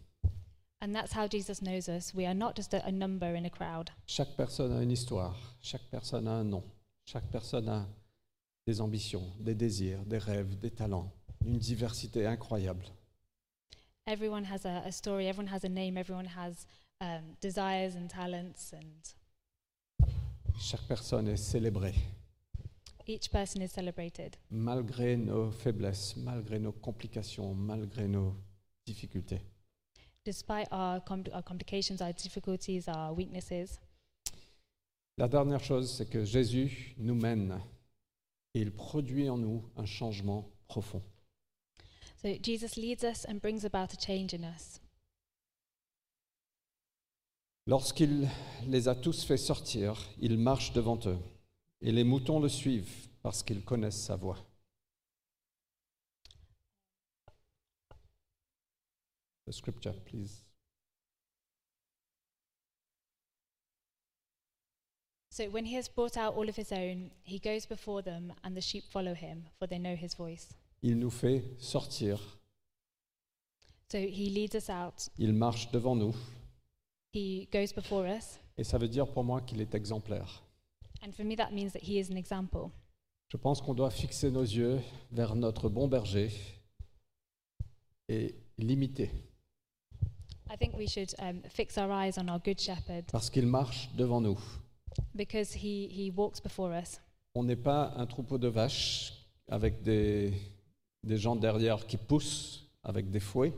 Speaker 2: And that's how Jesus knows us. We are not just a, a number in a crowd.
Speaker 1: Chaque personne a une histoire, chaque personne a un nom, chaque personne a des ambitions, des désirs, des rêves, des talents, une diversité incroyable.
Speaker 2: Everyone has a, a story, everyone has a name, everyone has um, desires and talents, and
Speaker 1: Chaque personne est célébrée,
Speaker 2: each person is celebrated.
Speaker 1: malgré nos faiblesses, malgré nos complications, malgré nos difficultés.
Speaker 2: Despite our, com- our complications, our difficulties, our weaknesses,
Speaker 1: La dernière chose, c'est que Jésus nous mène et il produit en nous un changement profond.
Speaker 2: so Jesus leads us and brings about a change in us.
Speaker 1: Lorsqu'il les a tous fait sortir, il marche devant eux et les moutons le suivent parce qu'ils connaissent sa voix. The scripture, please.
Speaker 2: So when he has brought out all of his own, he goes before them, and the sheep follow him, for they know his voice.
Speaker 1: Il nous fait sortir,
Speaker 2: So he leads us out,
Speaker 1: il marche devant nous
Speaker 2: he goes before us,
Speaker 1: et ça veut dire pour moi qu'il est exemplaire.
Speaker 2: and for me that means that he is an example.
Speaker 1: Je pense qu'on doit fixer nos yeux vers notre bon berger et l'imiter,
Speaker 2: I think we should um, fix our eyes on our good shepherd
Speaker 1: parce qu'il marche devant nous.
Speaker 2: because he, he walks before us.
Speaker 1: On n'est pas un troupeau de vaches avec des, des gens derrière qui poussent avec des fouets.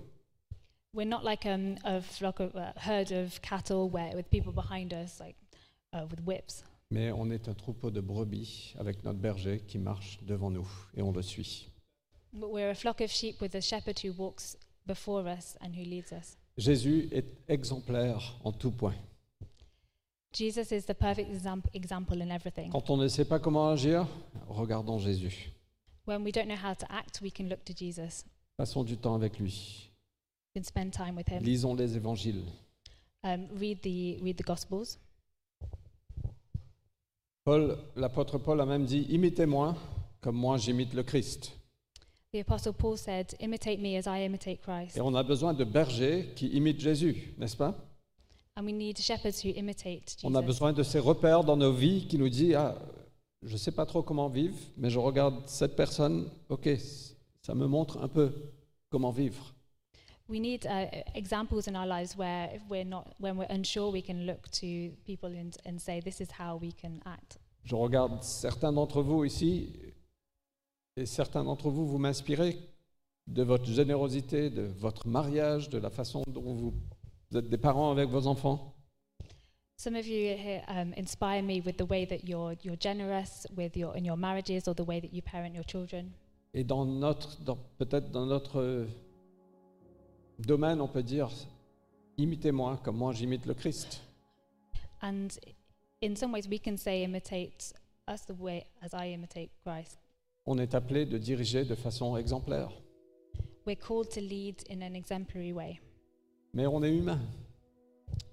Speaker 2: We're not like um, a flock of uh, herd of cattle where with people behind us, like uh, with whips.
Speaker 1: Mais on est un troupeau de brebis avec notre berger qui marche devant nous et on le suit.
Speaker 2: But we're a flock of sheep with a shepherd who walks before us and who leads us.
Speaker 1: Jésus est exemplaire en tout point.
Speaker 2: Jesus is the perfect exam- example in everything.
Speaker 1: Quand on ne sait pas comment agir, regardons Jésus.
Speaker 2: When we don't know how to act, we can look to Jesus.
Speaker 1: Passons du temps avec lui.
Speaker 2: We can spend time with him.
Speaker 1: Lisons les évangiles.
Speaker 2: Um, read the read the Gospels.
Speaker 1: Paul, l'apôtre Paul a même dit Imitez-moi comme moi j'imite le Christ.
Speaker 2: The Apostle Paul said, "Imitate me as I imitate Christ."
Speaker 1: Et on a besoin de bergers qui imitent Jésus, n'est-ce pas
Speaker 2: And we need shepherds who imitate Jesus.
Speaker 1: On a besoin de ces repères dans nos vies qui nous disent ah, je ne sais pas trop comment vivre, mais je regarde cette personne, ok, ça me montre un peu comment vivre.
Speaker 2: We need uh, examples in our lives where if we're not, when we're unsure, we can look to people and, and say, this is how we can act.
Speaker 1: Je regarde certains d'entre vous ici, et certains d'entre vous, vous m'inspirez de votre générosité, de votre mariage, de la façon dont vous, vous êtes des parents avec vos enfants.
Speaker 2: Some of you here um, inspire me with the way that you're, you're generous with your, in your marriages or the way that you parent your children.
Speaker 1: Et dans notre, dans- peut-être dans notre euh, domaine, on peut dire, imitez-moi comme moi j'imite le Christ.
Speaker 2: And in some ways, we can say, imitate us the way as I imitate Christ.
Speaker 1: On est appelé de diriger de façon exemplaire.
Speaker 2: We're called to lead in an exemplary way,
Speaker 1: Mais on est humain.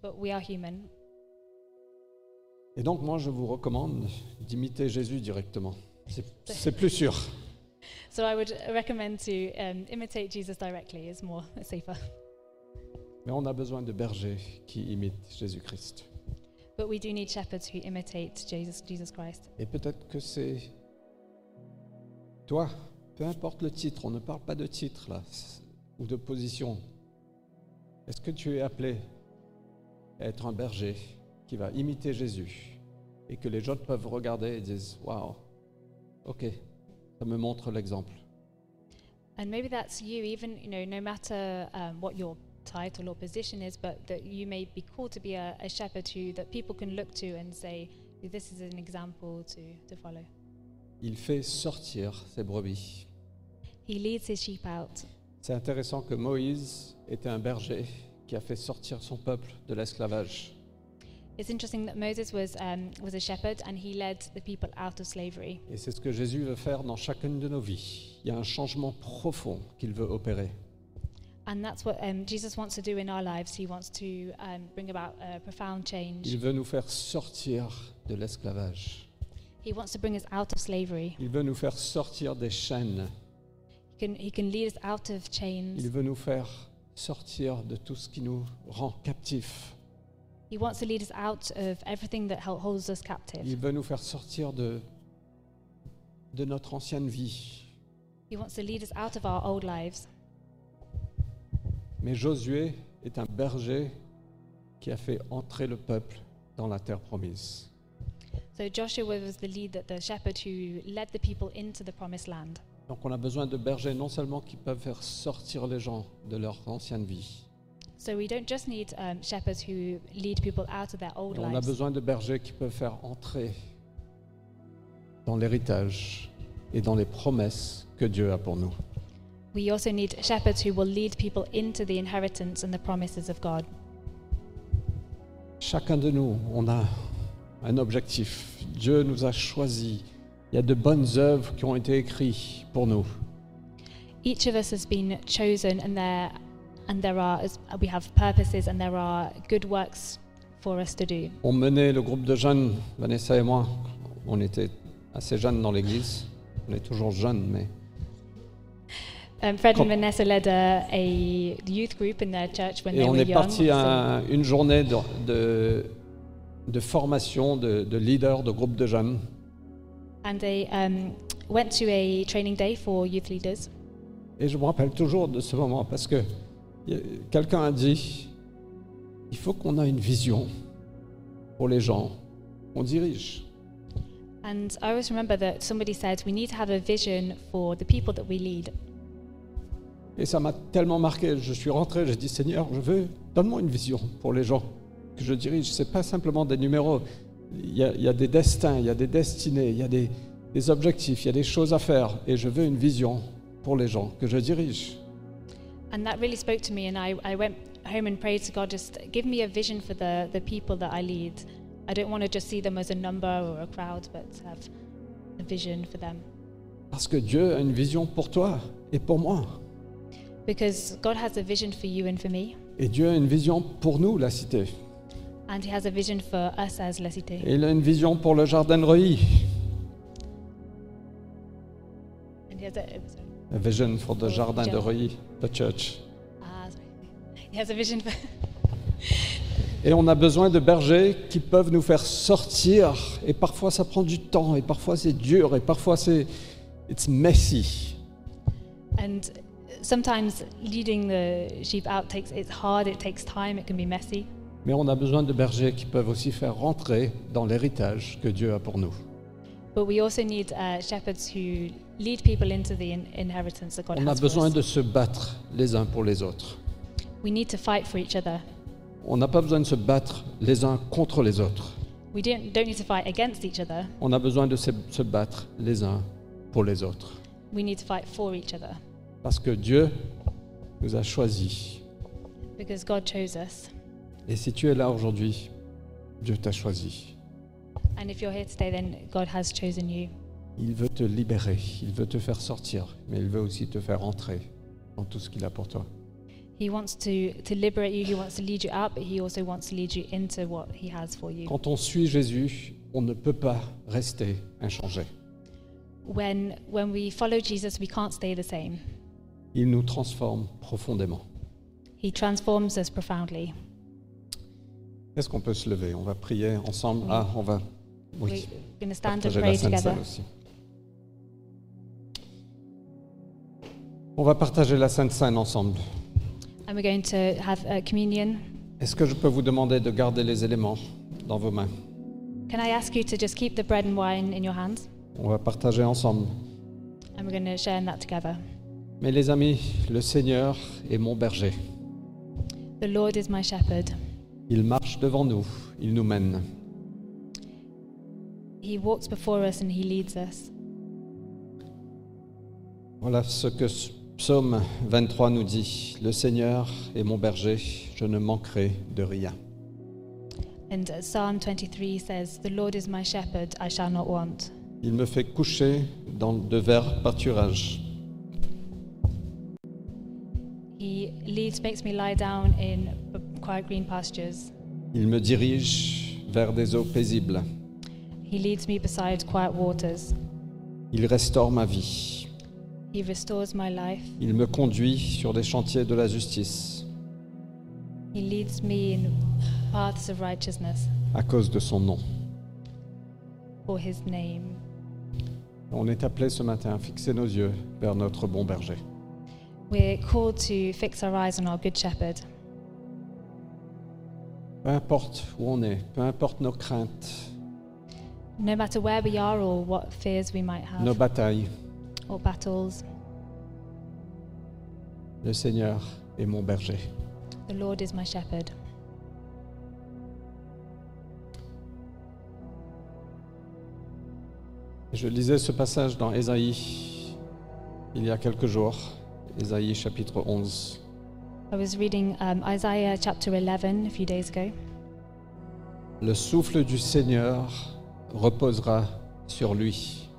Speaker 2: but we are human.
Speaker 1: Et donc moi, je vous recommande d'imiter Jésus directement. C'est- C'est plus sûr.
Speaker 2: So I would recommend to um, imitate Jesus directly is more safer.
Speaker 1: Mais on a besoin de bergers qui imitent Jésus-Christ.
Speaker 2: But we do need shepherds who imitate Jesus, Jesus Christ.
Speaker 1: Et peut-être que c'est toi, peu importe le titre, on ne parle pas de titre là, c- ou de position. Est-ce que tu es appelé à être un berger qui va imiter Jésus et que les autres peuvent regarder et disent Waouh, ok, ça me montre l'exemple.
Speaker 2: And maybe that's you, even, you know, no matter um, what your title or position is, but that you may be called to be a, a shepherd who that people can look to and say, this is an example to, to follow.
Speaker 1: Il fait sortir ses brebis.
Speaker 2: He leads his sheep out.
Speaker 1: C'est intéressant que Moïse était un berger qui a fait sortir son peuple de l'esclavage.
Speaker 2: It's interesting that Moses was, um, was a shepherd and he led the people out of slavery.
Speaker 1: Et c'est ce que Jésus veut faire dans chacune de nos vies. Il y a un changement profond qu'il veut opérer.
Speaker 2: And that's what um, Jesus wants to do in our lives. He wants to um, bring about a profound change.
Speaker 1: Il veut nous faire sortir de l'esclavage.
Speaker 2: He wants to bring us out of slavery.
Speaker 1: Il veut nous faire sortir des chaînes.
Speaker 2: He can, he can lead us out of
Speaker 1: Il
Speaker 2: chains.
Speaker 1: veut nous faire sortir de tout ce qui nous rend captifs.
Speaker 2: He wants to lead us out of everything that hel- holds us captive.
Speaker 1: Il veut nous faire sortir de, de notre ancienne vie.
Speaker 2: He wants to lead us out of our old lives.
Speaker 1: Mais Josué est un berger qui a fait entrer le peuple dans la terre promise.
Speaker 2: So Joshua was the lead, that the shepherd who led the people into the promised land.
Speaker 1: Donc on a besoin de bergers non seulement qui peuvent faire sortir les gens de leur ancienne vie,
Speaker 2: So we don't just need um, shepherds who lead people out of their old
Speaker 1: mais on a
Speaker 2: lives.
Speaker 1: besoin de bergers qui peuvent faire entrer dans l'héritage et dans les promesses que Dieu a pour nous.
Speaker 2: We also need shepherds who will lead people into the inheritance and the promises of God.
Speaker 1: Chacun de nous, on a un objectif. Dieu nous a choisis. Il y a de bonnes œuvres qui ont été écrites pour nous.
Speaker 2: Each of us has been chosen, and there, and there are we have purposes, and there are good works for us to do.
Speaker 1: On menait le groupe de jeunes, Vanessa et moi. On était assez jeunes dans l'église. On est toujours jeunes, mais
Speaker 2: Um, Fred
Speaker 1: Com-
Speaker 2: and Vanessa led a, a youth group in their church when
Speaker 1: Et
Speaker 2: they
Speaker 1: on
Speaker 2: were
Speaker 1: est
Speaker 2: Ben, young.
Speaker 1: parti
Speaker 2: so-
Speaker 1: à une journée de, de, de formation de, de leaders de groupes de jeunes.
Speaker 2: and they um, went to a training day for youth leaders.
Speaker 1: Et je me rappelle toujours de ce moment parce que y a- quelqu'un a dit il faut qu'on ait une vision pour les gens qu'on dirige.
Speaker 2: And I always remember that somebody said, We need to have a vision for the people that we lead.
Speaker 1: Et ça m'a tellement marqué. Je suis rentré, j'ai dit Seigneur, je veux, donne-moi une vision pour les gens que je dirige. C'est pas simplement des numéros. Il y, a, il y a des destins, il y a des destinées, il y a des, des objectifs, il y a des choses à faire. Et je veux une vision pour les gens que je dirige.
Speaker 2: And that really spoke to me. And I, I went home and prayed to God, just give me a vision for the, the people that I lead. I don't want to just see them as a number or a crowd, but to have a vision for them.
Speaker 1: Parce que Dieu a une vision pour toi et pour moi.
Speaker 2: Because God has a vision for you and for me,
Speaker 1: Et Dieu a une vision pour nous, la cité.
Speaker 2: and He has a vision for us as La Cité.
Speaker 1: Et il a une vision pour le jardin de Reuilly.
Speaker 2: And he has a,
Speaker 1: A vision for the jardin de Reuilly, the church.
Speaker 2: ah, sorry. [LAUGHS] He has a vision for.
Speaker 1: Et on a besoin de bergers qui peuvent nous faire sortir. Et parfois ça prend du temps, et parfois c'est dur, et parfois c'est. It's messy.
Speaker 2: And sometimes leading the sheep out takes it's hard. It takes time. It can be messy.
Speaker 1: Mais on a besoin de bergers qui peuvent aussi faire rentrer dans l'héritage que Dieu a pour nous.
Speaker 2: But we also need uh, shepherds who lead people into the in- inheritance that God
Speaker 1: On a
Speaker 2: has for
Speaker 1: besoin
Speaker 2: us.
Speaker 1: de se battre les uns pour les autres.
Speaker 2: We need to fight for each other.
Speaker 1: On n'a pas besoin de se battre les uns contre les autres.
Speaker 2: We don't, don't need to fight against each other.
Speaker 1: On a besoin de se, se battre les uns pour les autres.
Speaker 2: We need to fight for each other
Speaker 1: Parce que Dieu nous a choisis.
Speaker 2: because God chose us.
Speaker 1: Et si tu es là aujourd'hui, Dieu t'a choisi.
Speaker 2: And if you're here today, then God has chosen you.
Speaker 1: Il veut te libérer, il veut te faire sortir, mais il veut aussi te faire entrer dans tout ce qu'il a pour toi.
Speaker 2: He wants to, to liberate you. He wants to lead you out, but he also wants to lead you into what he has for you.
Speaker 1: Quand on suit Jésus, on ne peut pas rester inchangé.
Speaker 2: When, when we follow Jesus, we can't stay the same.
Speaker 1: Il nous transforme profondément.
Speaker 2: He transforms us profoundly.
Speaker 1: Est-ce qu'on peut se lever On va prier ensemble. Ah, on va. Oui.
Speaker 2: We're going to stand and
Speaker 1: Partagez la
Speaker 2: pray
Speaker 1: Sainte
Speaker 2: together.
Speaker 1: Seine aussi. On va partager la Sainte Seine ensemble.
Speaker 2: And we're going to have uh, communion.
Speaker 1: Est-ce que je peux vous demander de garder les éléments dans vos mains
Speaker 2: Can I ask you to just keep the bread and wine in your hands?
Speaker 1: On va partager ensemble.
Speaker 2: And we're going to share in that together.
Speaker 1: Mais les amis, le Seigneur est mon berger.
Speaker 2: The Lord is my shepherd.
Speaker 1: Il marche devant nous, il nous mène.
Speaker 2: He walks before us and he leads us.
Speaker 1: Voilà ce que ce Psaume 23 nous dit. Le Seigneur est mon berger, je ne manquerai de rien.
Speaker 2: And uh, Psalm 23 says, The Lord is my shepherd, I shall not want.
Speaker 1: Il me fait coucher dans de verts pâturages.
Speaker 2: He leads, makes me lie down in b- quiet green pastures.
Speaker 1: Il me dirige vers des eaux paisibles.
Speaker 2: He leads me beside quiet waters.
Speaker 1: Il restaure ma vie.
Speaker 2: He restores my life.
Speaker 1: Il me conduit sur les chantiers de la justice
Speaker 2: He leads me in paths of righteousness
Speaker 1: à cause de son nom.
Speaker 2: for his name.
Speaker 1: On est appelé ce matin à fixer nos yeux vers notre bon berger.
Speaker 2: We're called to fix our eyes on our good shepherd.
Speaker 1: Peu importe où on est, peu importe nos craintes,
Speaker 2: No matter where we are or what fears we might have
Speaker 1: nos batailles,
Speaker 2: or battles,
Speaker 1: le Seigneur est mon berger.
Speaker 2: the Lord is my shepherd.
Speaker 1: Je lisais ce passage dans Ésaïe il y a quelques jours, Ésaïe chapitre 11.
Speaker 2: I was reading um, Isaiah chapter 11 a few days ago.
Speaker 1: Le souffle du Seigneur reposera sur lui.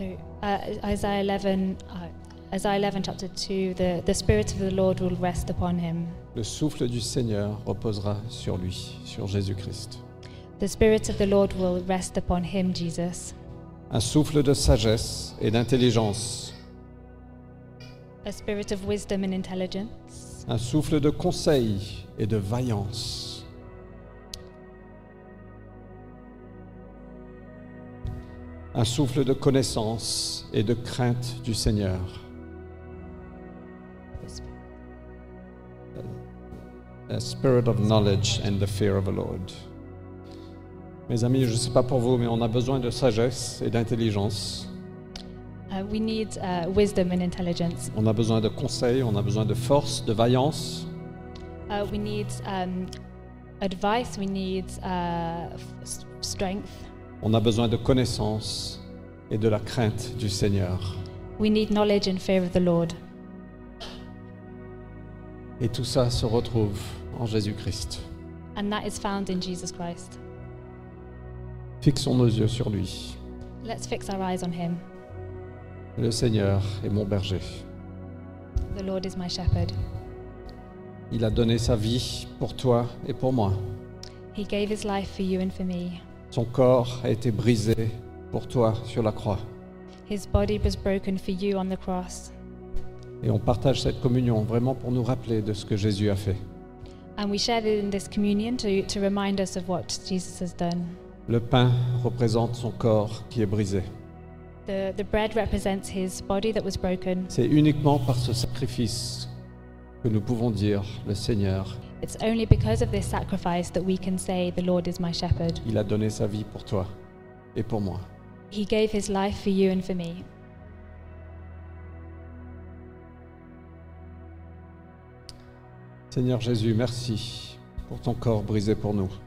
Speaker 2: So, uh, Isaiah 11, uh, Isaiah 11 chapter 2, the, the Spirit of the Lord will rest upon him.
Speaker 1: Le souffle du Seigneur reposera sur lui, sur Jésus-Christ.
Speaker 2: The Spirit of the Lord will rest upon him, Jesus.
Speaker 1: Un souffle de sagesse et d'intelligence,
Speaker 2: A spirit of wisdom and intelligence,
Speaker 1: un souffle de conseil et de vaillance. Un souffle de connaissance et de crainte du Seigneur. A spirit of knowledge and the fear of the Lord. Mes amis, je ne sais pas pour vous, mais on a besoin de sagesse et d'intelligence.
Speaker 2: Uh, we need uh, wisdom and intelligence.
Speaker 1: On a besoin de conseils, on a besoin de force, de vaillance.
Speaker 2: Uh, we need um, advice. We need uh, f- s- strength.
Speaker 1: On a besoin de connaissance et de la crainte du Seigneur.
Speaker 2: We need knowledge and fear of the Lord.
Speaker 1: Et tout ça se retrouve en Jésus-Christ.
Speaker 2: And that is found in Jesus Christ.
Speaker 1: Fixons nos yeux sur lui.
Speaker 2: Let's fix our eyes on him.
Speaker 1: Le Seigneur est mon berger.
Speaker 2: The Lord is my shepherd.
Speaker 1: Il a donné sa vie pour toi et pour moi.
Speaker 2: He gave his life for you and for me.
Speaker 1: Son corps a été brisé pour toi sur la croix.
Speaker 2: His body was broken for you on the cross.
Speaker 1: Et on partage cette communion vraiment pour nous rappeler de ce que Jésus a fait.
Speaker 2: And we share it in this communion to, to remind us of what Jesus has done.
Speaker 1: Le pain représente son corps qui est brisé.
Speaker 2: The, the bread represents his body that was broken.
Speaker 1: C'est uniquement par ce sacrifice que nous pouvons dire, le Seigneur,
Speaker 2: It's only because of this sacrifice that we can say, The Lord is my shepherd.
Speaker 1: il a donné sa vie pour toi et pour moi.
Speaker 2: He gave his life for you and for me.
Speaker 1: Seigneur Jésus, merci pour ton corps brisé pour nous.